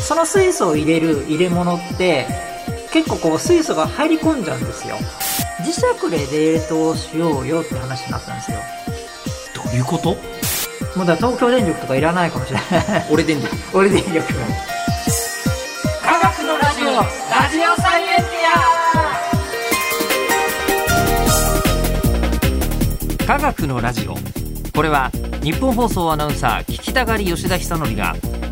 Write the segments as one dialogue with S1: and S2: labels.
S1: その水素を入れる入れ物って結構こう水素が入り込んじゃうんですよ磁石で冷凍しようよって話になったんですよ
S2: どういうこと
S1: もうだから東京電力とかいらないかもしれない
S2: 俺電力
S1: 俺電力
S3: 科学のラジオラジオサイエンテ
S2: 科学のラジオこれは日本放送アナウンサー聞きたがり吉田久典が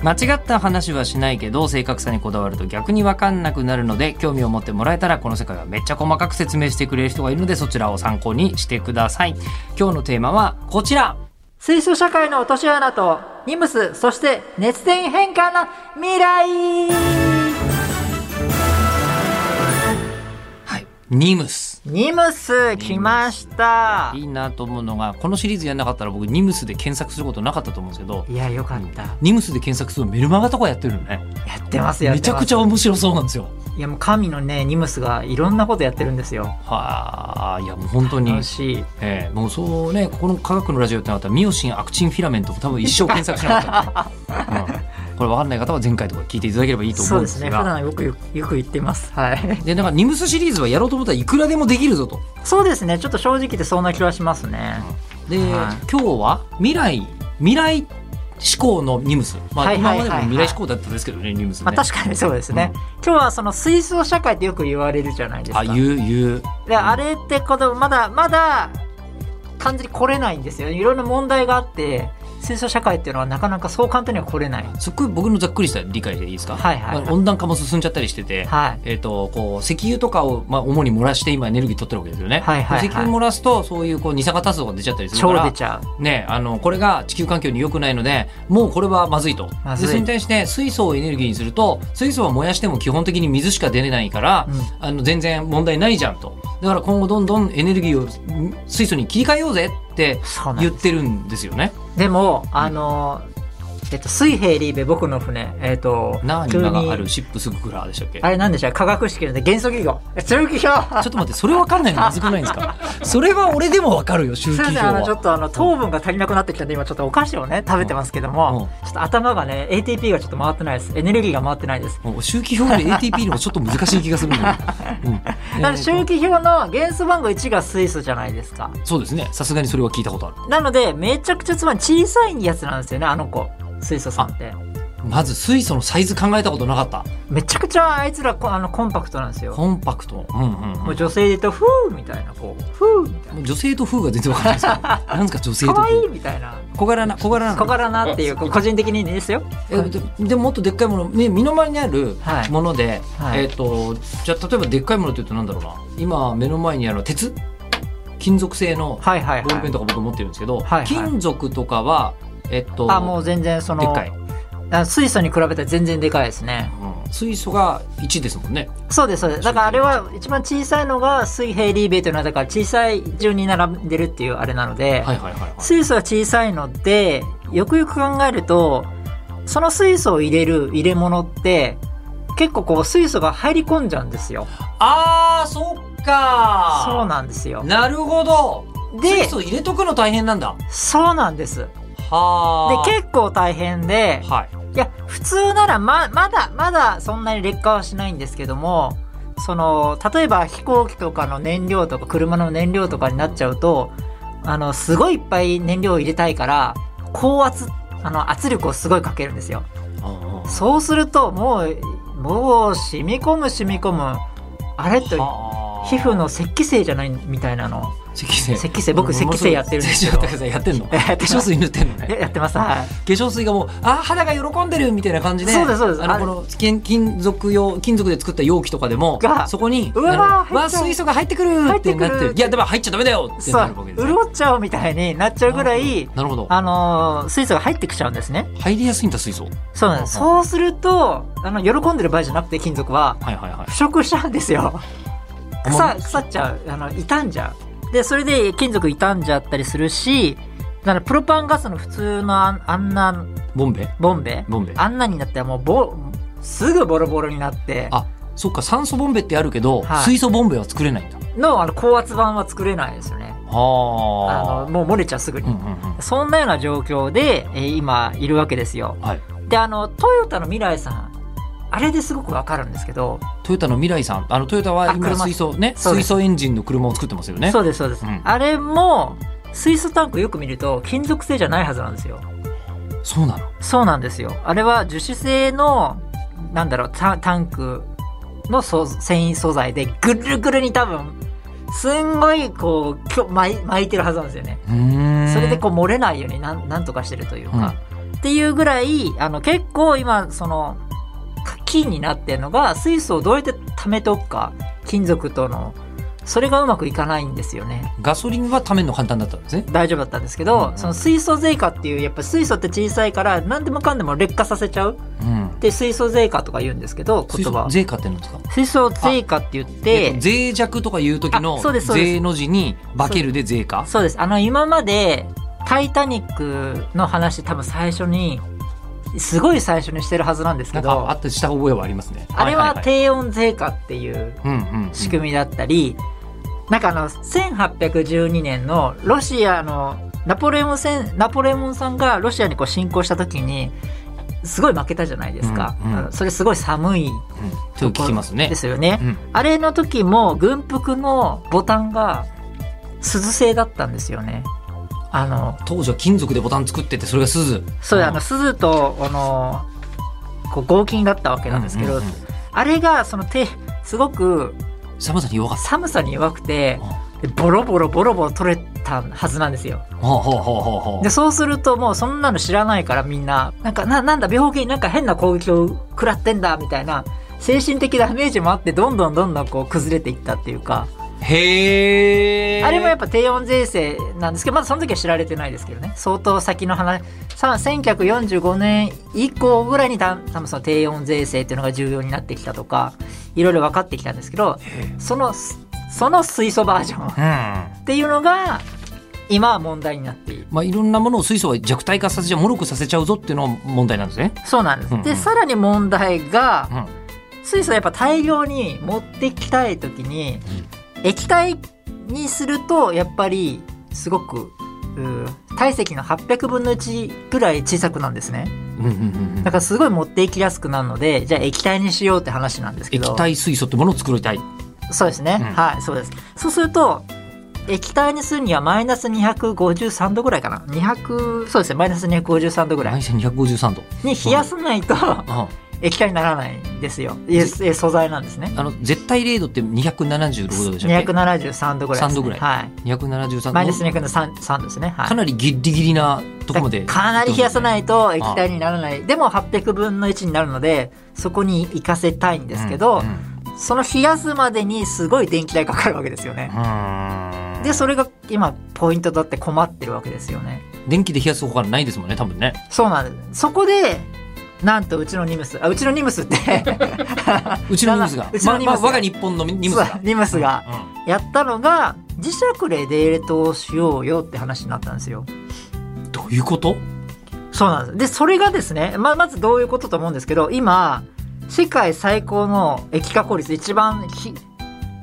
S2: 間違った話はしないけど正確さにこだわると逆に分かんなくなるので興味を持ってもらえたらこの世界はめっちゃ細かく説明してくれる人がいるのでそちらを参考にしてください今日のテーマはこちら
S1: 水素社会の落とし穴とニムスそして熱電変換の未来
S2: はいニムス
S1: ニムス来ました
S2: いいなと思うのがこのシリーズやんなかったら僕ニムスで検索することなかったと思うんですけど
S1: いやよかったや
S2: ニムスで検索するとメルマガとかやってるのね
S1: ってますやっ
S2: めち
S1: て
S2: ゃ
S1: ま
S2: く
S1: す
S2: ちゃ面白そうなんですよ
S1: いやもう神のねニムスがいろんなことやってるんですよ
S2: はあいやもう本当に
S1: 楽しい
S2: ええもうそうねここの科学のラジオってなったらミオシンアクチンフィラメントも多分一生検索しなかっ た、うん、これ分かんない方は前回とか聞いていただければいいと思
S1: そううんで
S2: ですす
S1: ね
S2: が
S1: 普段よくよよく言ってますはい
S2: でなんかニムスシリーズはやろうと思ったらいくらでもできるぞと
S1: そうですねちょっと正直でそんな気はしますね
S2: で、
S1: はい
S2: 今日は未来未来思考のニムスまあ、
S1: はいはいはいはい
S2: 今までも未来思考だったんですけどねニムスね、
S1: まあ確かにそうですね、
S2: うん
S1: 今日はその水素社会ってよく言われるじゃないですか
S2: あ言う言う
S1: であれってことまだまだ完全に来れないんですよいろんな問題があって水素社会っていうのはなかなかそう簡単には来れない
S2: すっごい僕のざっくりした理解でいいですか、
S1: はいはいはい
S2: まあ温暖化も進んじゃったりしてて、
S1: はい
S2: えー、とこう石油とかを、まあ、主に漏らして今エネルギー取ってるわけですよね、
S1: はいはいはい
S2: 石油漏らすとそういうこう二酸化炭素が出ちゃったりするか
S1: 超出
S2: ら
S1: ちゃう
S2: ね、あのこれが地球環境に良くないのでもうこれはまずいと
S1: まずい
S2: でそれに対して水素をエネルギーにすると水素は燃やしても基本的に水しか出れないから、
S1: う
S2: あの全然問題ないじゃんとだから今後どんどんエネルギーをん水素に切り替えようぜって
S1: そうなん
S2: 言
S1: で
S2: ってるんですよね。
S1: すでもあの、えっと、水平リーベ僕の船えっと
S2: なあに
S1: 急
S2: 今があるシップスグラーでしたっけ
S1: あれなんでしょう化学式で元素記号え中記表
S2: ちょっと待って、それ分かんないのまずくないで すかそれは俺でも分かるよ、周
S1: す
S2: 期
S1: いません
S2: 表
S1: あのちょ
S2: は。
S1: っとあの糖分が足りなくなってきたんで今ちょっとお菓子をね食べてますけども、ちょっと頭がね ATP がちょっと回ってないですエネルギーが回ってないです、
S2: もう周期表で ATP のもちょっと難しい気がするんだよ、ね うん
S1: だから周期表の元素番号1が水素じゃないですか
S2: そうですね、さすがにそれは聞いたことある。
S1: なのでめちゃくちゃつまり小さいやつなんですよねあの子水素さんって
S2: まず水素のサイズ考えたことなかった。
S1: めちゃくちゃあいつらこあのコンパクトなんですよ
S2: コンパクト。うんうんうん
S1: もう女性で言うとフーみたいなこうフーみたい
S2: もう女性と風が全然わからない ですけど、なんですか女性
S1: な
S2: と
S1: 可愛い
S2: 風。
S1: みたいな
S2: 小柄な、小柄なの。
S1: 小柄なっていうこう個人的にですよ
S2: えででももっとでっかいもの、ね、身の回りにある
S1: はい
S2: もので、
S1: はい
S2: えっ、と、じゃあ例えばでっかいものって言うとなんだろうな。今目の前にある鉄金属製の
S1: はいはい
S2: ボール
S1: は
S2: ペン
S1: い
S2: とか僕持ってるんですけど、
S1: はいはい
S2: 金属とかはえっと
S1: あもう全然その
S2: でっかい、
S1: あ水素に比べたら全然でかいですね
S2: うん水素が1ですもんね
S1: そうですそうですだからあれは一番小さいのが水平リーベイというのはだから小さい順に並んでるっていうあれなので、
S2: はいはいはいはい
S1: 水素は小さいのでよくよく考えるとその水素を入れる入れ物って結構こう水素が入り込んじゃうんですよ
S2: あーそっか
S1: そうなんですよ
S2: なるほど
S1: で
S2: 水素入れとくの大変なんだ
S1: そうなんですで
S2: はあ
S1: 結構大変で
S2: はい
S1: いや普通ならままだまだそんなに劣化はしないんですけどもその例えば飛行機とかの燃料とか車の燃料とかになっちゃうとあのすごいいっぱい燃料を入れたいから高圧あの圧力をすごいかけるんですよ
S2: あー
S1: そうするともうもう染み込む染み込むあれと
S2: はあ
S1: 皮膚の石器製じゃないみたいなの
S2: 石精
S1: 石精僕石精やってるんですけど
S2: 石精やってんの 化
S1: やってます
S2: 粧水塗ってんのね
S1: えやってますはい
S2: 化粧水がもうあー肌が喜んでるみたいな感じで
S1: そうですそうです
S2: あ
S1: あれ
S2: のこの金金属用金属で作った容器とかでも
S1: が
S2: そこに
S1: うわー
S2: あの
S1: 入っちゃう
S2: 水素が入ってくる
S1: 入
S2: っ
S1: って
S2: て
S1: くる
S2: なってるいやでも入っちゃダメだよって
S1: そ
S2: なるわ
S1: う
S2: けですね
S1: 潤っちゃうみたいになっちゃうぐらい
S2: なるほど
S1: あのー水素が入ってきちゃうんですね
S2: 入りやすいんだ水素
S1: そうなんです
S2: うん
S1: そうするとあの喜んでる場合じゃなくて金属は
S2: はいはいはい
S1: 腐食しちゃうんですよ
S2: あ
S1: 腐
S2: もう
S1: 腐っちゃうあの傷んじゃうでそれで金属傷んじゃったりするしだからプロパンガスの普通のあんあんな
S2: ボンベ
S1: ボンベ
S2: ボンベ
S1: あんなになったらもうボすぐボロボロになって
S2: あそっか酸素ボンベってあるけど、
S1: はい
S2: 水素ボンベは作れないんだ
S1: のあの高圧板は作れないですよねあ
S2: は
S1: のもう漏れちゃうすぐに、
S2: うんうんうん
S1: そんなような状況で、えー今いるわけですよ
S2: はい
S1: であのトヨタの未来さんあれですごくわかるんですけど、
S2: トヨタの未来さんあのトヨタは
S1: あ
S2: 今
S1: 車
S2: 水素ね
S1: そうで
S2: 水
S1: す
S2: 素エンジンの車を作ってますよね
S1: そうですそうです、
S2: うん
S1: あれも水素タンクよく見ると金属製じゃないはずなんですよ
S2: そうなの
S1: そうなんですよあれは樹脂製のなんだろうタタンクの素繊維素材でぐるぐるに多分すんごいこうきょ巻い巻いてるはずなんですよね
S2: うーん
S1: それでこう漏れないようになんなんとかしてるというか、っていうぐらいあの結構今その木になってるのが水素をどうやって貯めておくか金属とのそれがうまくいかないんですよね
S2: ガソリンはためるの簡単だったんですね
S1: 大丈夫だったんですけ
S2: うん
S1: ど、
S2: うん
S1: その水素税化っていうやっぱ水素って小さいから何でもかんでも劣化させちゃう
S2: うん
S1: で水素税化とか言うんですけど言
S2: 水素
S1: 葉
S2: 税かってのですか
S1: 水素税化って言っ
S2: えっと
S1: て
S2: 脆弱とかいう時の
S1: あそうですそうです
S2: 税の字に化けるで税か
S1: そうですあの今まで「タイタニック」の話多分最初にすごい最初にしてるはずなんです
S2: な
S1: け
S2: んか
S1: ど
S2: あ
S1: あ
S2: ったした覚えはありますね
S1: れ
S2: い
S1: はい
S2: い
S1: 低温税化っていう
S2: うんうん
S1: 仕組みだったり、なんかあの1812年のロシアのナポレオン戦ナポレオンさんがロシアにこう侵攻した時にすごい負けたじゃないですか、
S2: うんうん
S1: あのそれすごい寒い
S2: み、うん、と聞きますね
S1: ですよね、
S2: うん
S1: あれの時も軍服のボタンが鈴製だったんですよねあの
S2: 当時は金属でボタン作っててそれが鈴
S1: そう
S2: うん
S1: あの鈴とあのこう合金だったわけなんですけど、
S2: うううん
S1: あれがその手すごく
S2: 寒さに弱かっ
S1: 寒さに弱くてでボロボロボロボロ取れたはずなんですよ
S2: たほうほうほうほうほう
S1: でそうするともうそんなの知らないからみんななんかななんだ病気なんか変な攻撃を食らってんだみたいな精神的ダメージもあってどんどんどんどんこう崩れていったっていうか
S2: へえ
S1: あれもやっぱ低温税制なんですけどまだその時は知られてないですけどね相当先の話さ1945年以降ぐらいにた多分その低温税制っていうのが重要になってきたとかいろいろ分かってきたんですけどそのその水素バージョンっ
S2: うん
S1: ていうのが今は問題になっている
S2: まあ、いろんなものを水素は弱体化させちゃうもろくさせちゃうぞっていうのが問題なんですね。
S1: そうなんです、
S2: うんうん
S1: でさらに問題が
S2: うん、
S1: 水素やっぱ大量に持ってきたい時に液体にするとやっぱりすごくうー体積の800分の1ぐらい小さくなんですね
S2: うんうんうんうん
S1: だからすごい持っていきやすくなるのでじゃあ液体にしようって話なんですけど
S2: 液体水素ってものを作りたい。
S1: そうですね、
S2: うん
S1: はいそうですそうすると液体にするにはマイナス253度ぐらいかな200そうですねマイナス253度ぐらい
S2: 9253度。
S1: に冷やさないと
S2: うん
S1: 液体にならないんですよいええ素材なんですね
S2: あの絶対零度って276度でしたっけ
S1: 273度ぐらいです、ね、
S2: 3度ぐらい
S1: はい
S2: 273
S1: マイナス
S2: 度。
S1: 273度ですね、はい、
S2: かなりギリギリなとこまで。。
S1: かなり冷やさないいと液体にならないでも800分の1になるのでそこに行かせたいんですけど、
S2: うんうん
S1: その冷やすまでにすごい電気代かかるわけですよね、
S2: うん
S1: でそれが今ポイントだって困ってるわけですよね
S2: 電気で冷やす方法がないですもんね多分ね。
S1: そうなんですそこでなんとうちのニムスあうちのニムスって
S2: うちのニムスが。
S1: うちのニムスが
S2: まあまあ我が日本の ニ ムス
S1: そう
S2: が。
S1: ニムスが
S2: うんうん
S1: やったのが磁石で冷凍しようよって話になったんですよ
S2: どういうこと？
S1: そうなんです。で、それがですね、ままずどういうことと思うんですけど、今、世界最高の液化効率、一番ひ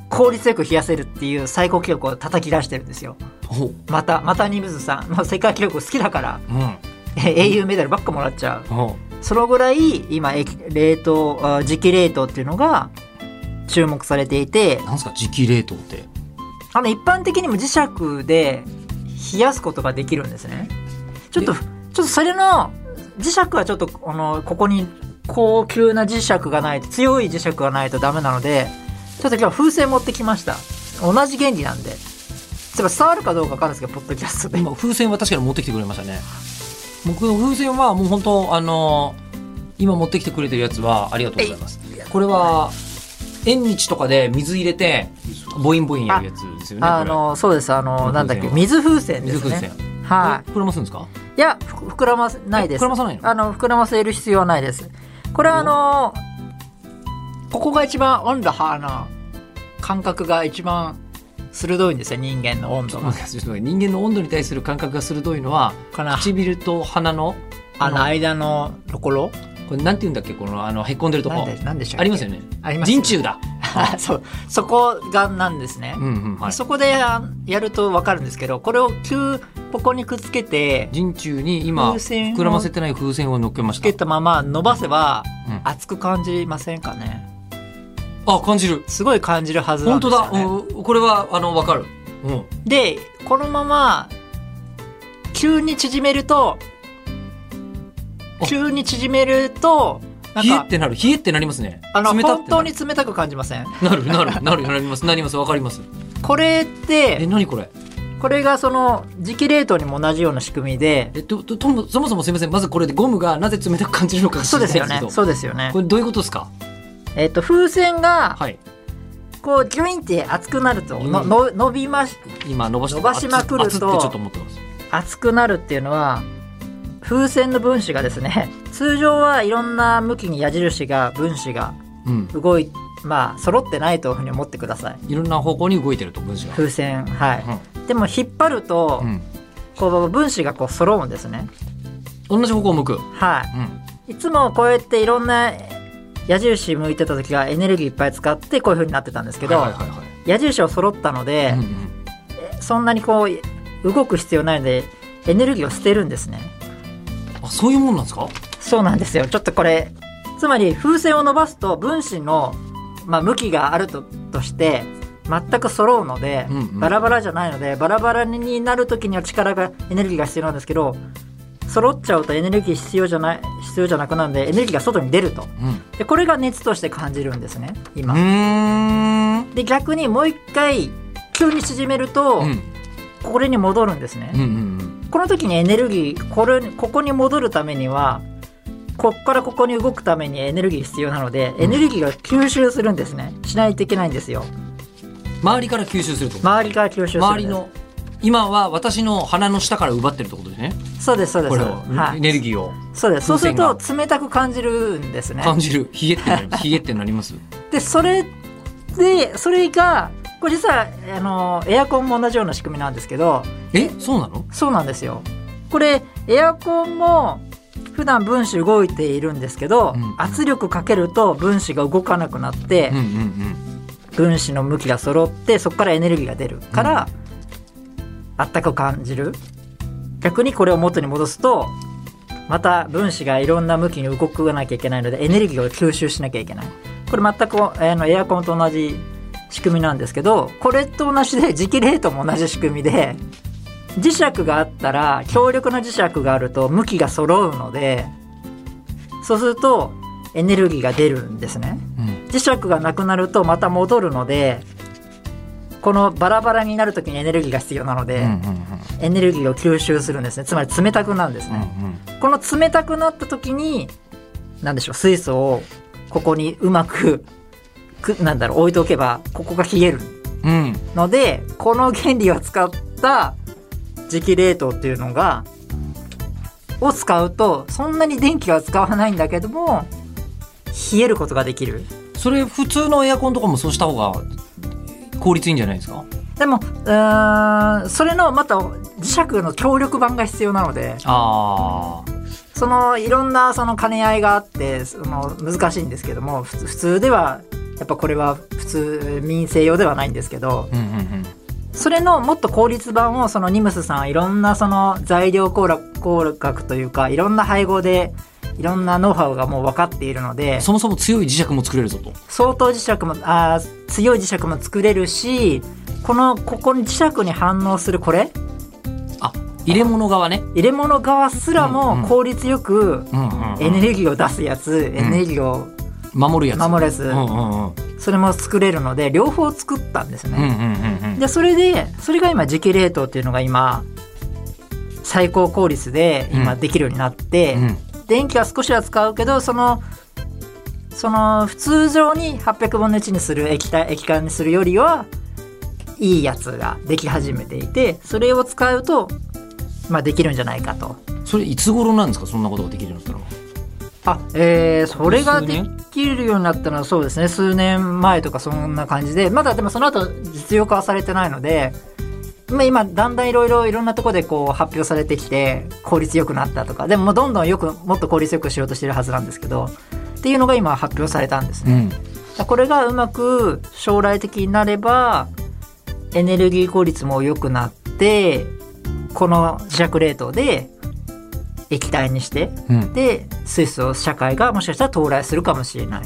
S1: 効率よく冷やせるっていう最高記録を叩き出してるんですよ。
S2: ほう。
S1: また、またニムズさん、ま あ、世界記録好きだから、
S2: うん。
S1: え英雄メダルばっかもらっちゃう。
S2: ほ
S1: そのぐらい、今、液冷凍、あ磁気冷凍っていうのが注目されていて
S2: う。、なんすか磁気冷凍って。
S1: あの、一般的にも磁石で冷やすことができるんですね。ちょっと、
S2: え
S1: ちょっとそれの、磁石はちょっと、あの、ここに高級な磁石がないと、強い磁石がないとダメなので、ちょっと今日風船持ってきました。同じ原理なんで。例えば伝わるかどうかわかるんないですけど、ポッドキャストで。
S2: 今風船は確かに持ってきてくれましたね僕の風船はもう本当あの今持ってきてくれてるやつはありがとうございますこれは縁日とかで水入れてボインボインやるやつですよね
S1: あ
S2: こ
S1: の、そうです、あ
S2: こ
S1: の、
S2: の
S1: なんだっけ、
S2: 風
S1: 水風船
S2: れ
S1: です
S2: 水
S1: ね。
S2: 風船
S1: はい。
S2: 膨らますんですか
S1: いや、ふ膨らませないです。
S2: え膨らまさないの
S1: あの、膨らませる必要はないです。これはあのーここが一番、温度は、あの、感覚が一番鋭いんですよ人間の温度
S2: ちょっと
S1: が
S2: 待ってちょっと待って人間の温度に対する感覚が鋭いのは
S1: この
S2: 唇と鼻の
S1: あの間のところ
S2: これなんて言うんだっけこのあのへこんでると
S1: なん
S2: こ
S1: でなんでしょう
S2: ありますよね
S1: あります
S2: 人中だ
S1: そうそこがなんですね、
S2: うんうんはい
S1: そこであやると分かるんですけどこれを急ここにくっつけて
S2: 人中に今
S1: 風船を
S2: 膨らませてない風船を乗っけまし
S1: つ
S2: た
S1: けたまま伸ばせば
S2: うん
S1: 熱く感じませんかね
S2: あ感じる
S1: すごい感じるはずなん
S2: 本
S1: で
S2: 当
S1: すよ、ね、
S2: だ、うんこれはあの分かる、うん、
S1: でこのまま急に縮めると
S2: あ
S1: 急に縮めるとなん
S2: 冷えっ
S1: か
S2: てなる冷えってなりますね
S1: あの
S2: 冷たっ
S1: 本
S2: てな
S1: 当
S2: る
S1: に冷たく感じません
S2: なるなるなるなりますなりますわかります
S1: これっ
S2: え
S1: て
S2: 何これ
S1: これがその磁気冷凍にも同じような仕組みで
S2: えっととともそもそもすみませんまずこれでゴムがなぜ冷たく感じるのか知
S1: そう
S2: り
S1: で
S2: た
S1: す
S2: いん
S1: よね
S2: ですけど
S1: そうですよね
S2: これどういうことですか
S1: えっと風船が
S2: はい
S1: こうギュインって熱くなると、
S2: うん
S1: のの伸びまし
S2: 今伸ばして
S1: 伸ばしまくると
S2: 熱熱ってちょっと思ってます
S1: 熱くなるっていうのは風船の分子がですね通常はいろんな向きに矢印が分子が
S2: うん
S1: 動いまあ揃ってないというふうに思ってください
S2: いろんな方向に動いてると分子が
S1: 風船はい、でも引っ張ると、
S2: うん
S1: こう分子がこう揃うんですね
S2: 同じ方向を向く
S1: は
S2: うん
S1: いいつもこうやっていろんな矢印向いてた時はエネルギーいっぱい使ってこういう風になってたんですけど、
S2: はいはいはい
S1: 矢印を揃ったので
S2: はい、うんうん
S1: そんなにこう動く必要ないのでエネルギーを捨てるんですね
S2: あそういうもんなんですか
S1: そうなんですよちょっとこれつまり風船を伸ばすと分子の、まあ、向きがあるととして全く揃うので、
S2: うんうん
S1: バラバラじゃないのでバラバラになる時には力がエネルギーが必要なんですけど揃っちゃうとエネルギー必要じゃない必要じゃなくなるのでエネルギーが外に出ると
S2: うんう
S1: でこれが熱として感じるんですね今、
S2: ーん
S1: で逆にもう一回急に縮めると、
S2: うん
S1: これに戻るんですね、
S2: うんうん
S1: この時にエネルギーこれここに戻るためにはここからここに動くためにエネルギー必要なのでエネルギーが吸収するんですねしないといけないんですよ
S2: うん周りから吸収するってこと
S1: 周りから吸収するんです
S2: 周りの今は私の鼻の下から奪ってるってことですね
S1: そうですそうです
S2: これを、
S1: は
S2: エ
S1: い、
S2: ネルギーを
S1: そうですそうする
S2: 風
S1: と冷たく感じるんですね
S2: 感じる冷えってな ります冷えってなります
S1: でそれでそれがこれ実はあのエアコンも同じような仕組みなんですけど
S2: えそうなの
S1: そうなんですよこれエアコンも普段分子動いているんですけど、
S2: うんうん
S1: 圧力かけると分子が動かなくなって、
S2: うんうんうん
S1: 分子の向きが揃ってそこからエネルギーが出るから、あったかく感じる逆にこれを元に戻すとまた分子がいろんな向きに動かなきゃいけないのでエネルギーを吸収しなきゃいけないこれ全くあのエアコンと同じ仕組みなんですけどこれと同じで磁気冷凍も同じ仕組みで磁石があったら強力な磁石があると向きが揃うのでそうするとエネルギーが出るんですね。
S2: うん
S1: 磁石がなくなるとまた戻るのでこのバラバラになる時にエネルギーが必要なので、
S2: うんうん
S1: エネルギーを吸収するんですねつまり冷たくなるんです
S2: うん
S1: ね、この冷たくなった時に何でしょう水素をここにうまくくなんだろう置いておけばここが冷える
S2: うんうん
S1: のでこの原理を使った磁気冷凍っていうのがを使うとそんなに電気は使わないんだけども冷えることができる
S2: それ普通のエアコンとかもそうした方が効率いいんじゃないですか
S1: でもうーんそれのまた磁石の強力版が必要なので
S2: あー
S1: そのいろんなその兼ね合いがあってその難しいんですけどもふつ普通ではやっぱこれは普通民生用ではないんですけど
S2: うんうんうん
S1: それのもっと効率版をそのニムスさんはいろんなその材料工楽工学というかいろんな配合でいろんなノウハウがもう分かっているので
S2: そもそも強い磁石も作れるぞと
S1: 相当磁石もあー強い磁石も作れるしこのここに磁石に反応するこれ
S2: あ入れ物側ね
S1: 入れ物側すら
S2: うん
S1: も
S2: うん
S1: 効率よく
S2: うんうん
S1: エネルギーを出すやつ、エネルギーを
S2: 守るやつ
S1: 守るやつ、
S2: うんうんうん
S1: それも作れるので両方作ったんです
S2: うんうん
S1: ね、
S2: うんうん
S1: でそれでそれが今磁気冷凍っていうのが今最高効率で今
S2: うん
S1: できるようになって、
S2: うん
S1: 電気は少しは使うけどそのその普通常に800分の1にする液体液管にするよりはいいやつができ始めていてそれを使うと、まあ、できるんじゃないかと
S2: それいつ頃なんですかそんなことができるようになったのは
S1: あえー、それができるようになったのはそうですね数年前とかそんな感じでまだでもその後実用化はされてないのでまあ今だんだんいろいろいろんなところでこう発表されてきて効率よくなったとかでももうどんどんよくもっと効率よくしようとしてるはずなんですけどっていうのが今発表されたんです
S2: う
S1: ね。
S2: ん、
S1: これがうまく将来的になればエネルギー効率も良くなってこの磁石冷凍で液体にして
S2: うん、
S1: で水素社会がもしかしたら到来するかもしれない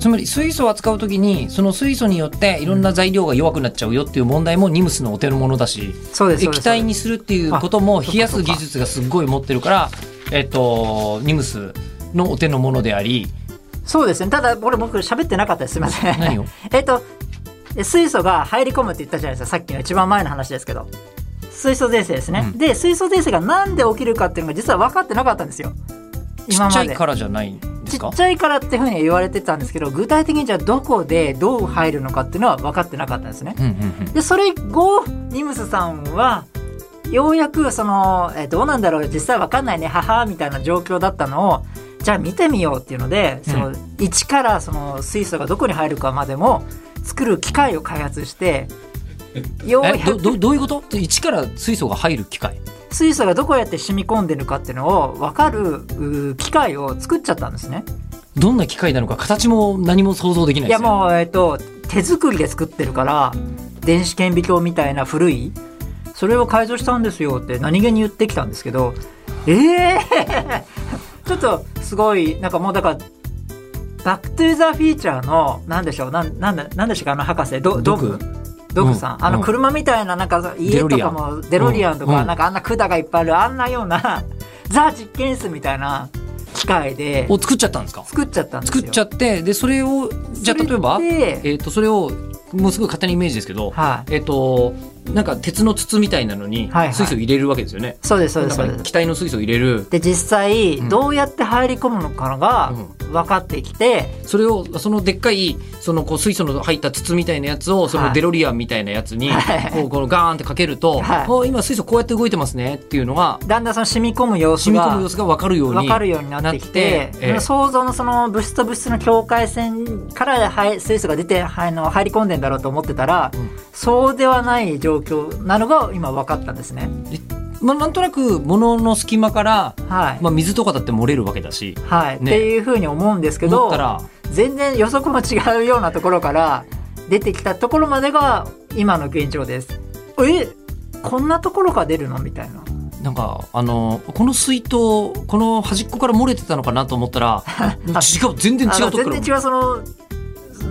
S2: つまり水素を扱うときにその水素によっていろんな材料が弱くなっちゃうよっていう問題もニムスのお手の物だ
S1: そう
S2: し
S1: ですそうです
S2: 液体にするっていうことも
S1: あ
S2: 冷やす技術がすっごい持ってるからえっとニムスのお手の物であり
S1: そうですねただこれ僕喋ってなかったですすいません
S2: 何を
S1: えっとえ水素が入り込むって言ったじゃないですかさっきの一番前の話ですけど水素税制ですね、
S2: うん
S1: で水素税制がなんで起きるかっていうのが実は分かってなかったんですよ
S2: ち
S1: 今
S2: っちゃ
S1: ま
S2: い
S1: で
S2: からじゃないんです
S1: ち
S2: か
S1: っちゃいからっていうふうに言われてたんですけど具体的にじゃあどこでどう入るのかっていうのは分かってなかったんですね。
S2: うんうんうん
S1: でそれ後ニムスさんはようやくその、えーどうなんだろう実際分かんないね母みたいな状況だったのをじゃあ見てみようっていうのでその、
S2: う
S1: 一からその水素がどこに入るかまでも作る機械を開発してようや
S2: えど
S1: く
S2: どどういうこと一から水素が入る機械
S1: 水素がどこやって染み込んでるかっていうのを分かるうー機械を作っちゃったんですね。
S2: どんな機械なのか形も何も想像できな
S1: い
S2: いで
S1: や
S2: すよ
S1: もうえっと手作りで作ってるから電子顕微鏡みたいな古いそれを改造したんですよって何気に言ってきたんですけどええ ちょっとすごいなんかもうだからバックトゥーザフィーチャーのなんでしょうなんなんだなんでしょうかあの博士ドドブドブさん、
S2: うん
S1: あの
S2: うん
S1: 車みたいななんか家とかもデ
S2: デロ
S1: ロ
S2: リ
S1: リ
S2: ア
S1: ア
S2: ン
S1: ンとか、
S2: うん
S1: なんかあんな管がいっぱいあるあんなような ザ実験室みたいな機械で
S2: を作っちゃったんですか
S1: 作っちゃったんです
S2: 作
S1: よ
S2: っちゃってでそれをじゃあ
S1: それ
S2: 例えば
S1: で
S2: えっとそれをもうすごい勝手なイメージですけど
S1: はい
S2: えっとなんか鉄の筒みたいなのに
S1: はいはい
S2: 水素入れるわけですよね
S1: そうですそうですそう
S2: 中
S1: で
S2: に
S1: す
S2: 気体の水素を入れる
S1: で実際
S2: うん
S1: どうやって入り込むのかが分かってきて、
S2: それをそのでっかいそのこう水素の入った筒みたいなやつをその
S1: はい
S2: デロリアンみたいなやつに
S1: はい
S2: こうこのガーンってかけると「
S1: はい
S2: あ今水素こうやって動いてますね」っていうのが
S1: だんだんその染み込む様子
S2: 染み込
S1: が
S2: む様子が分かるように
S1: 分かるようになってきて
S2: なってええ
S1: 想像のその物質と物質の境界線からはい水素が出てはいあの入り込んでんだろうと思ってたら、
S2: うん
S1: そうではない状況なのが今分かったんですね。
S2: まあ、なんとなく物の隙間から、
S1: はい、
S2: まあ、水とかだって漏れるわけだし
S1: はい
S2: ね
S1: っていうふうに思うんですけ
S2: 思
S1: ど
S2: ったら
S1: 全然予測も違うようなところから出てきたところまでが今の現状です。えこんなところが出るのみたいな。
S2: なんかあのこの水筒この端っこから漏れてたのかなと思っ たら違う全然違う
S1: あの
S2: とこから
S1: 全然違うその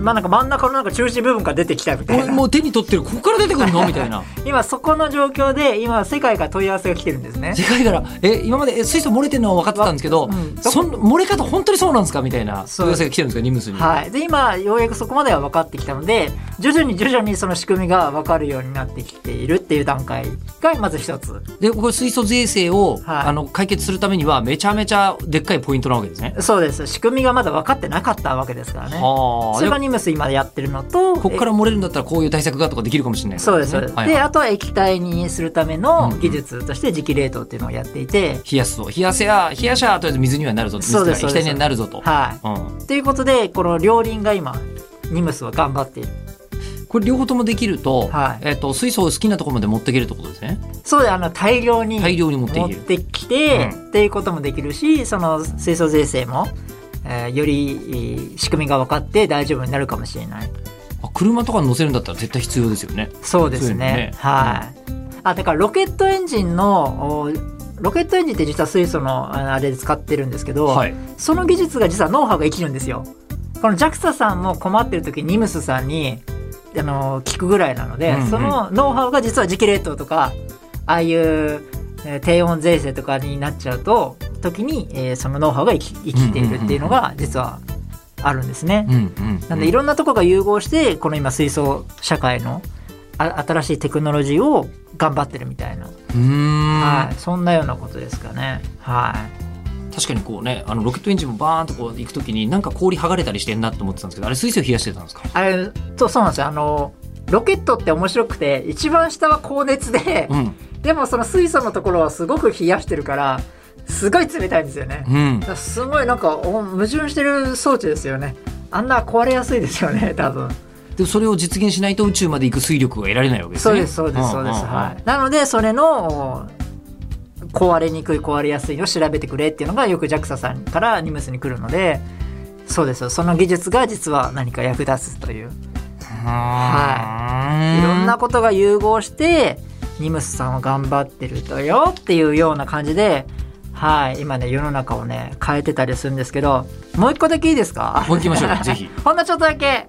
S1: まあなんか真ん中のなんか中心部分から出てきたみた
S2: こ
S1: い
S2: れ
S1: な
S2: もう手に取ってるここから出てくるのみた いな
S1: 今そこの状況で今世界から問い合わせが来てるんですね
S2: 世界からえ今までえ水素漏れてるのは分かってたんですけど、
S1: うん
S2: そん漏れ方本当にそうなんですかみたいな
S1: そう
S2: 問い合わせが来てるんですかニムスに、
S1: はいで今ようやくそこまでは分かってきたので徐々に徐々にその仕組みが分かるようになってきているっていう段階がまず一つ
S2: でこれ水素税制を、
S1: はい
S2: あの解決するためにはめちゃめちゃでっかいポイントなわけですね。
S1: そうです仕組みがまだ分かってなかったわけですからね
S2: はあ
S1: それがニムス今やってるのと
S2: ここから漏れるんだったらこういう対策がとかできるかもしれない
S1: そうですそうです、
S2: はいはい
S1: であとは液体にするための技術として磁気冷凍っていうのをやっていて、
S2: 冷やすぞ冷やせや冷やしゃとりあえず水にはなるぞ水
S1: そう
S2: が
S1: です
S2: 液体に
S1: そうです
S2: はなるぞと、
S1: はい
S2: うん、
S1: ということでこの両輪が今ニムスは頑張っている
S2: これ両方ともできると,、
S1: はい
S2: えっと水素を好きなところまで持っていけるってことですね
S1: そうであの大量に
S2: 大量に持ってい
S1: 持っ
S2: ける
S1: てきて、
S2: う
S1: っていうこともできるしその水素税制も、えーよりえー仕組みが分かって大丈夫になるかもしれない
S2: あ車とかに乗せるんだったら絶対必要ですよね
S1: そうですね
S2: そうよ
S1: はい、あだからロケットエンジンのおロケットエンジンって実は水素のああれで使ってるんですけど、
S2: はい
S1: その技術が実はノウハウが生きるんですよ。この JAXA さんも困ってる時に NIMS さんにあの聞くぐらいなので、
S2: うんうん
S1: そのノウハウが実は磁気冷凍とかああいう、えー低温税制とかになっちゃうと時に、えーそのノウハウが生き生きているっていうのが実はあるんですね。
S2: うんうん
S1: なんでいろんなとこが融合してこの今水素社会のあ新しいテクノロジーを頑張ってるみたいな、
S2: うーん、
S1: はい、そんなようなことですかね。はい
S2: 確かにこうねあのロケットエンジンもバーンとこう行くときになんか氷剥がれたりしてんなと思ってたんですけどあれ水素冷やしてたんですか
S1: あれそうそうなんですよあのロケットって面白くて一番下は高熱で
S2: う、ん
S1: でもその水素のところはすごく冷やしてるからすごい冷たいんですよね
S2: うん
S1: だからすごいなんかお矛盾してる装置ですよねあんな壊れやすいですよね多分
S2: でそれを実現しないと宇宙まで行く水力が得られないわけです
S1: そう
S2: ね
S1: ですそうですそうです、
S2: んんん
S1: はい、なのでそれの壊れにくい壊れやすいを調べてくれっていうのがよく JAXA さんからニムスに来るのでそうですよその技術が実は何か役立つという
S2: はい
S1: ろんなことが融合してニムスさんは頑張ってるとよっていうような感じではい今ね世の中をね変えてたりするんですけどもう一個だけいいですか
S2: もう行きましょ うぜひ
S1: ほんのちょっとだけ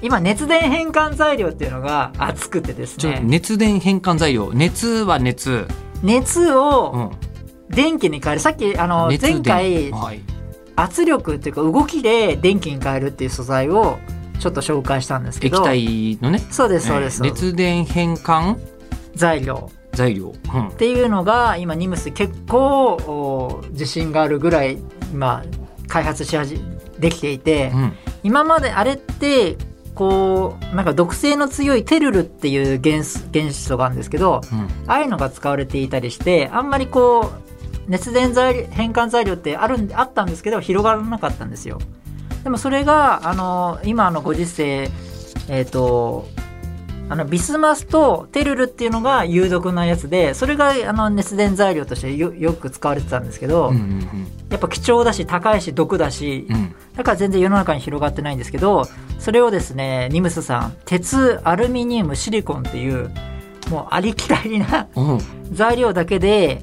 S1: 今熱電変換材料っていうのが熱くてです
S2: ちょっと
S1: ね
S2: 熱電変換材料熱は熱、
S1: 熱
S2: う
S1: を
S2: ん、
S1: 電気に変えるさっきあの
S2: 熱
S1: 前
S2: 電
S1: 回
S2: はい、
S1: 圧力っていうか動きで電気に変えるっていう素材をちょっと紹介したんですけど
S2: 液体のね
S1: そうですそうです、
S2: えー熱電変換
S1: 材料
S2: 材料、うん
S1: っていうのが今ニムス結構お自信があるぐらい今開発し始できていて、
S2: うん
S1: 今まであれってこうなんか毒性の強いテルルっていう元素元素があるんですけど
S2: うん
S1: ああいうのが使われていたりしてあんまりこう熱伝材変換材料ってあるんあったんですけど広がらなかったんですよでもそれがあの今のご時世えっ、とあのビスマスとテルルっていうのが有毒なやつでそれがあの熱伝材料としてよよく使われてたんですけど、
S2: うんうん
S1: やっぱ貴重だし高いし毒だし
S2: うんうん
S1: だから全然世の中に広がってないんですけどそれをですねニムスさん鉄アルミニウムシリコンっていうもうありきたりな
S2: うん
S1: 材料だけで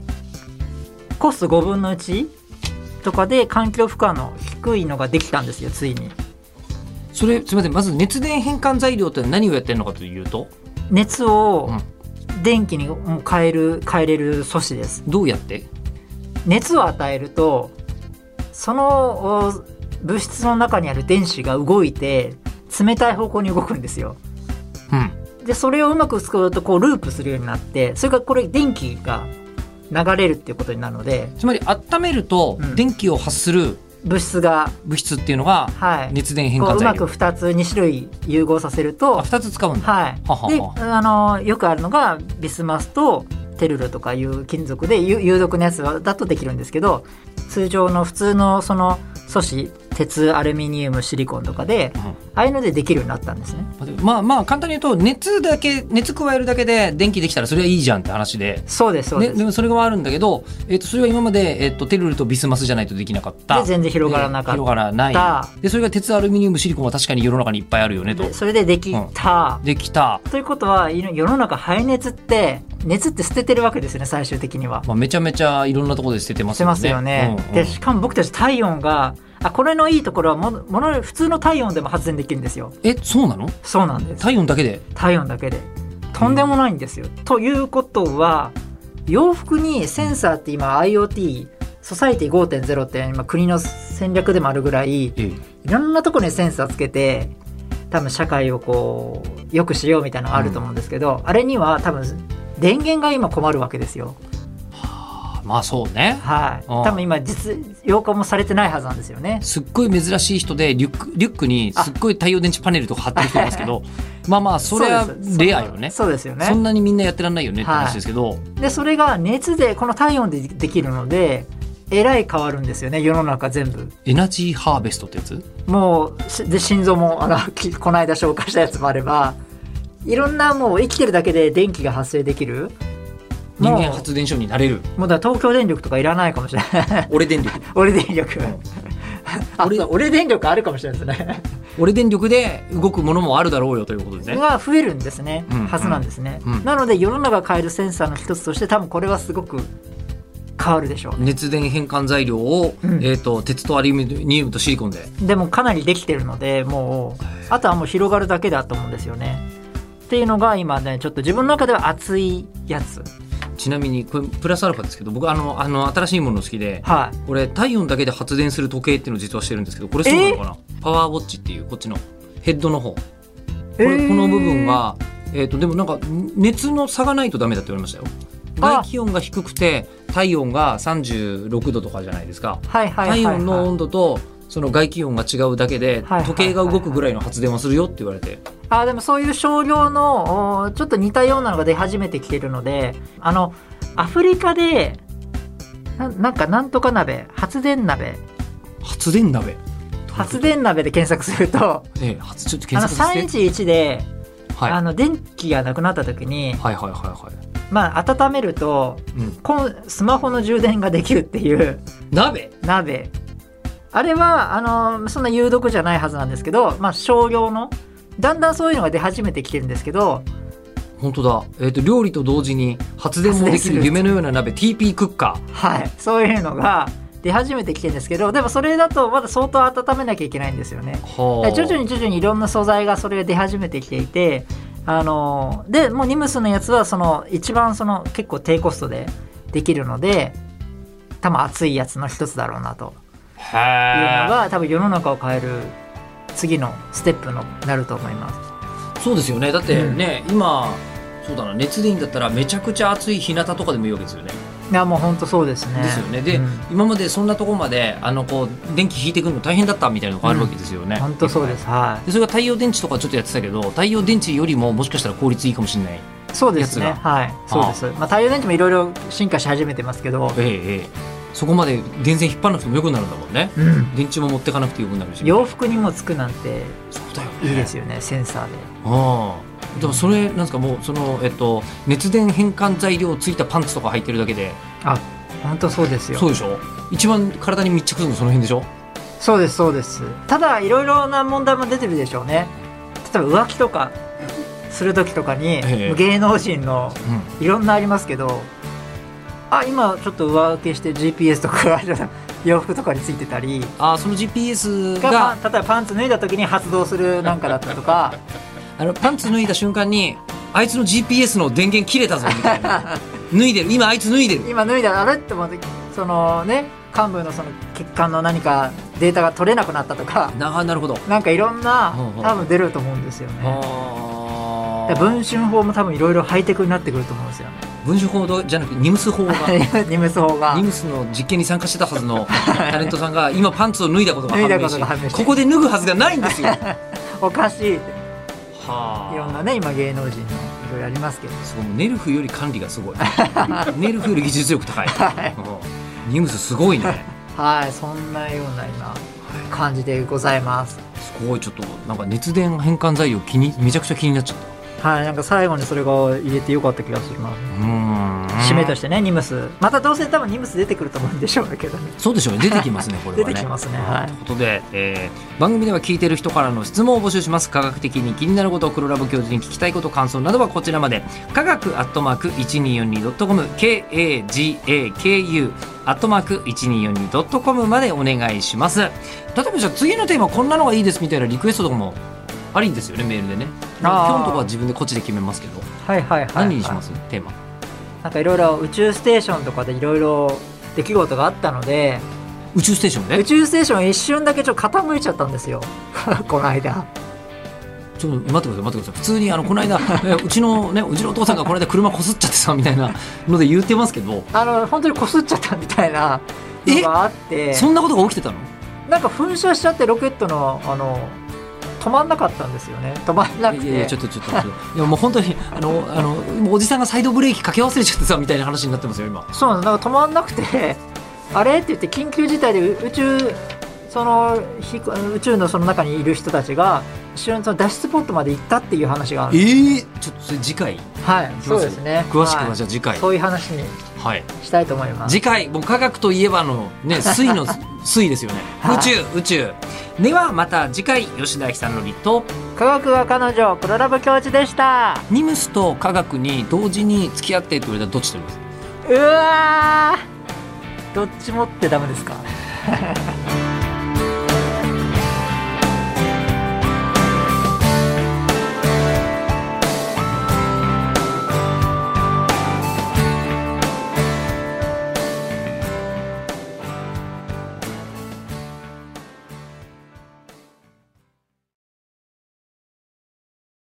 S1: コスト5分の1とかで環境負荷の低いのができたんですよついに
S2: それすみませんまず熱電変換材料って何をやってるのかというと
S1: 熱を電気にもう変える変えれる素子です
S2: どうやって
S1: 熱を与えるとそのお物質の中にある電子が動いて冷たい方向に動くんですよ
S2: うん
S1: でそれをうまく使うとこうループするようになってそれからこれ電気が流れるっていうことになるので
S2: つまり温めると
S1: うん
S2: 電気を発する
S1: 物質が
S2: 物質っていうのが
S1: はい
S2: 熱電変
S1: こう
S2: 換
S1: うま
S2: 材
S1: く
S2: 料
S1: 2つ2種類融合させる
S2: あ
S1: と
S2: 二つ使うんだ
S1: はい
S2: ははは
S1: であのよくあるのがビスマスとテルルとかいう金属で有有毒なやつはだとできるんですけど通常の普通のその素子鉄アルミニウムシリコンとかで
S2: うん
S1: ああいうのでできるようになったんですね
S2: まあまあ簡単に言うと熱だけ熱加えるだけで電気できたらそれはいいじゃんって話で
S1: そうですそう
S2: ね、
S1: です、
S2: でもそれがあるんだけど、えっとそれは今まで、えっとテルルとビスマスじゃないとできなかった
S1: で全然広がらなかった
S2: 広がらないでそれが鉄アルミニウムシリコンは確かに世の中にいっぱいあるよねと
S1: でそれでできた、
S2: できた、
S1: ということはい世の中排熱って熱って捨ててるわけですよね最終的には
S2: まあ、めちゃめちゃいろんなところで捨ててま
S1: し
S2: す
S1: て
S2: よね
S1: ますよね。
S2: うんうん
S1: でしかも僕たち体温があこれのいいところはものもの普通の体温でも発電できるんですよ。
S2: えそうなの
S1: そうなんです。
S2: 体温だけで
S1: 体温だけでとんでもないんですよ。ということは洋服にセンサーって今 IoT ソサイティ5.0って今国の戦略でもあるぐらいい
S2: ええ
S1: ろんなところにセンサーつけて多分社会をこう良くしようみたいなのあると思うんですけど、あれには多分電源が今困るわけですよ。
S2: あまあそうね
S1: はい。
S2: ああ
S1: 多分今実用化もされてないはずなんですよね。
S2: すっごい珍しい人でリュックリュックにすっごい太陽電池パネルとか貼ってる人います けどまあまあそれは
S1: うです
S2: レアよね
S1: そうですよ
S2: そん
S1: ね。
S2: なにみんなやってらんないよねって話ですけど、
S1: で、それが熱で、この体温でできるので、えらい変わるんですよね、世の中全部。
S2: エナジーハーベストってやつ
S1: もう、しで、心臓も、あの、 きこの間紹介したやつもあれば、いろんなもう生きてるだけで電気が発生できる。
S2: 人間
S1: もう
S2: 発電所になれる
S1: もうだから東京電力とかいらないかもしれない。
S2: 俺電力
S1: 俺電力。 あ、
S2: 俺
S1: そう俺電力あるかもしれないですね。
S2: 俺電力で動くものもあるだろうよということですね。
S1: が増えるんですね、
S2: うん
S1: はずなんですね、
S2: うん
S1: なので世の中が変えるセンサーの一つとして多分これはすごく変わるでしょ
S2: 熱電変換材料を、
S1: うん
S2: えー、と鉄とアルミニウムとシリコンで
S1: うでもかなりできてるのでもうあとはもう広がるだけだと思うんですよねっていうのが今ねちょっと自分の中では熱いやつ
S2: ちなみにこれプラスアルファですけど僕あのあの新しいもの好きで
S1: はい
S2: これ体温だけで発電する時計っていうのを実はしてるんですけどこれそうなのかなパワーウォッチっていうこっちのヘッドの方これ、
S1: えー
S2: この部分が、えー、とでもなんか熱の差がないとダメだって言われましたよ。
S1: あ
S2: 外気温が低くて体温が36度とかじゃないですか。
S1: はいはいはい、
S2: 体
S1: はい、
S2: 温の温度とその外気温が違うだけで
S1: はいはい
S2: 時計が動くぐらいの発電はするよって言われて
S1: あでもそういう少量のおちょっと似たようなのが出始めてきてるのであのアフリカでななんかなんとか鍋発電鍋
S2: 発電鍋
S1: 発電鍋で検索すると
S2: ええ発ちょっと
S1: あの
S2: 検索して
S1: 311で、
S2: はい
S1: あ
S2: はい
S1: の電気がなくなった時に、
S2: はいはいはい
S1: まあ、温めると
S2: うん
S1: コンスマホの充電ができるっていう
S2: 鍋
S1: 鍋あれはあのそんな有毒じゃないはずなんですけど、まあ、少量のだんだんそういうのが出始めてきてるんですけど
S2: 本当だえっ、と料理と同時に発電もでき
S1: 発電す
S2: る
S1: る
S2: 夢のような鍋 TP クッカ
S1: はいそういうのが出始めてきてるんですけどでもそれだとまだ相当温めなきゃいけないんですよね
S2: ーは
S1: 徐々
S2: に
S1: に徐々にいろんな素材がそれが出始めてきていてあのでもうニムスのやつはその一番その結構低コストでできるので多分熱いやつの一つだろうなというの
S2: へ
S1: が多分世の中を変える次のステップになると思います
S2: えそうですよねだってね、今そうだな熱でいいんだったらめちゃくちゃ暑い日向とかでもいいわけですよね
S1: いやもう本当そうですね
S2: ですよねで、
S1: うん
S2: 今までそんなとこまであのこう電気引いてくるの大変だったみたいなのがあるわけですよね、
S1: 本当そうですは
S2: でそれが太陽電池とかちょっとやってたけど太陽電池よりももしかしたら効率いいかもしれない
S1: いそうですね
S2: やつ
S1: はいそうですまあ太陽電池もいろいろ進化し始めてますけど
S2: ええええそこまで電線引っ張らなくてもよくなるんだもんね
S1: うん
S2: 電池も持ってかなくてよくなるし
S1: 洋服にもつくなんて
S2: そうだよね
S1: いいですよねセンサーで
S2: ああでもそれなんですかもうそのえっと熱電変換材料ついたパンツとか履いてるだけで
S1: あ本当そうですよ
S2: そうでしょ一番体に密着するのその辺でしょ
S1: そうですそうですただいろいろな問題も出てるでしょうね例えば浮気とかする時とかに
S2: ええ
S1: 芸能人のいろんなありますけどあ今ちょっと上受けして GPS とか 洋服とかについてたり
S2: ああその GPS
S1: が、
S2: が
S1: まあ、例えばパンツ脱いだ時に発動するなんかだったとか
S2: あのパンツ脱いだ瞬間にあいつの GPS の電源切れたぞみたいな 脱いでる今あいつ脱いでる
S1: 今脱いだらあれって思ってそのね幹部のその血管の何かデータが取れなくなったと か
S2: なあなるほど
S1: なんかいろんな
S2: うんうん
S1: 多分出ると思うんですよね。で
S2: ああ
S1: 文春法も多分いろいろハイテクになってくると思うんですよ ね。
S2: 文書法じゃなくてニムス法が
S1: ニムス法が
S2: ニムスの実験に参加してたはずのタレントさんが今パンツを脱いだことが
S1: 脱いだこ
S2: 判明
S1: と
S2: し
S1: が判明して
S2: ここで脱ぐはずがない んですよは
S1: おかしいい
S2: あ
S1: ろんなね今芸能人のいろいろありますけど
S2: すごいもうネルフより管理 がすごいネルフより技術力高い、うんニムスすごいね
S1: はいそんなような今感じでございます
S2: すごいちょっとなんか熱電変換材料気にめちゃくちゃ気になっちゃった
S1: はいなんか最後にそれが入れてよかった気がします
S2: うーん
S1: 締めとしてねニムスまたどうせ多分ニムス出てくると思うんでしょうけど ね
S2: そうでしょうね出てきますね これ
S1: 出
S2: はね
S1: てきますねはい
S2: ということで、えー番組では聞いてる人からの質問を募集します科学的に気になること黒ラブ教授に聞きたいこと感想などはこちらまで科学アットマーク 1242.com KAGAKU アットマーク 1242.com までお願いします例えばじゃあ次のテーマこんなのがいいですみたいなリクエストとかもありんですよねメールでね
S1: あー
S2: 今日のとこは自分でこっちで決めますけど
S1: はいはいはい、はい、
S2: 何にしますテーマ
S1: なんかいろいろ宇宙ステーションとかでいろいろ出来事があったので
S2: 宇宙ステーション
S1: 宇
S2: ね
S1: 宙ステーション一瞬だけちょっと傾いちゃったんです よこの間
S2: ちょっと待ってください待ってください普通にあのこの間えうちのねう ちのお父さんがこの間車こすっちゃってさみたいなので言ってますけど
S1: あの本当にこすっちゃったみたいなのがあって
S2: そんなことが起きてたの
S1: なんか噴射しちゃってロケットのあの止まんなかったんですよね止まんなく
S2: いやいや
S1: て
S2: ちょっとちょっとちょっといやもう本当にあのあのもうおじさんがサイドブレーキかけ忘れちゃってさみたいな話になってますよ今
S1: そうなんですなんか止まんなくて あれって言って緊急事態で宇宙その飛行宇宙のその中にいる人たちが一瞬その脱出ポットまで行ったっていう話があ
S2: え
S1: る
S2: ー、ちょっとそれ次回
S1: はい
S2: きます
S1: そうですね
S2: 詳しく
S1: は
S2: はいじゃあ次回
S1: そういう話に
S2: はい
S1: したいと思います
S2: 次回もう科学といえばの ね水の水ですよね
S1: はい
S2: 宇宙宇宙ではまた次回吉田久典と
S1: 科学は彼女プロラブ教授でした
S2: ニムスと科学に同時に付き合ってって言われたらどっち取ります
S1: うわーどっちもってダメですか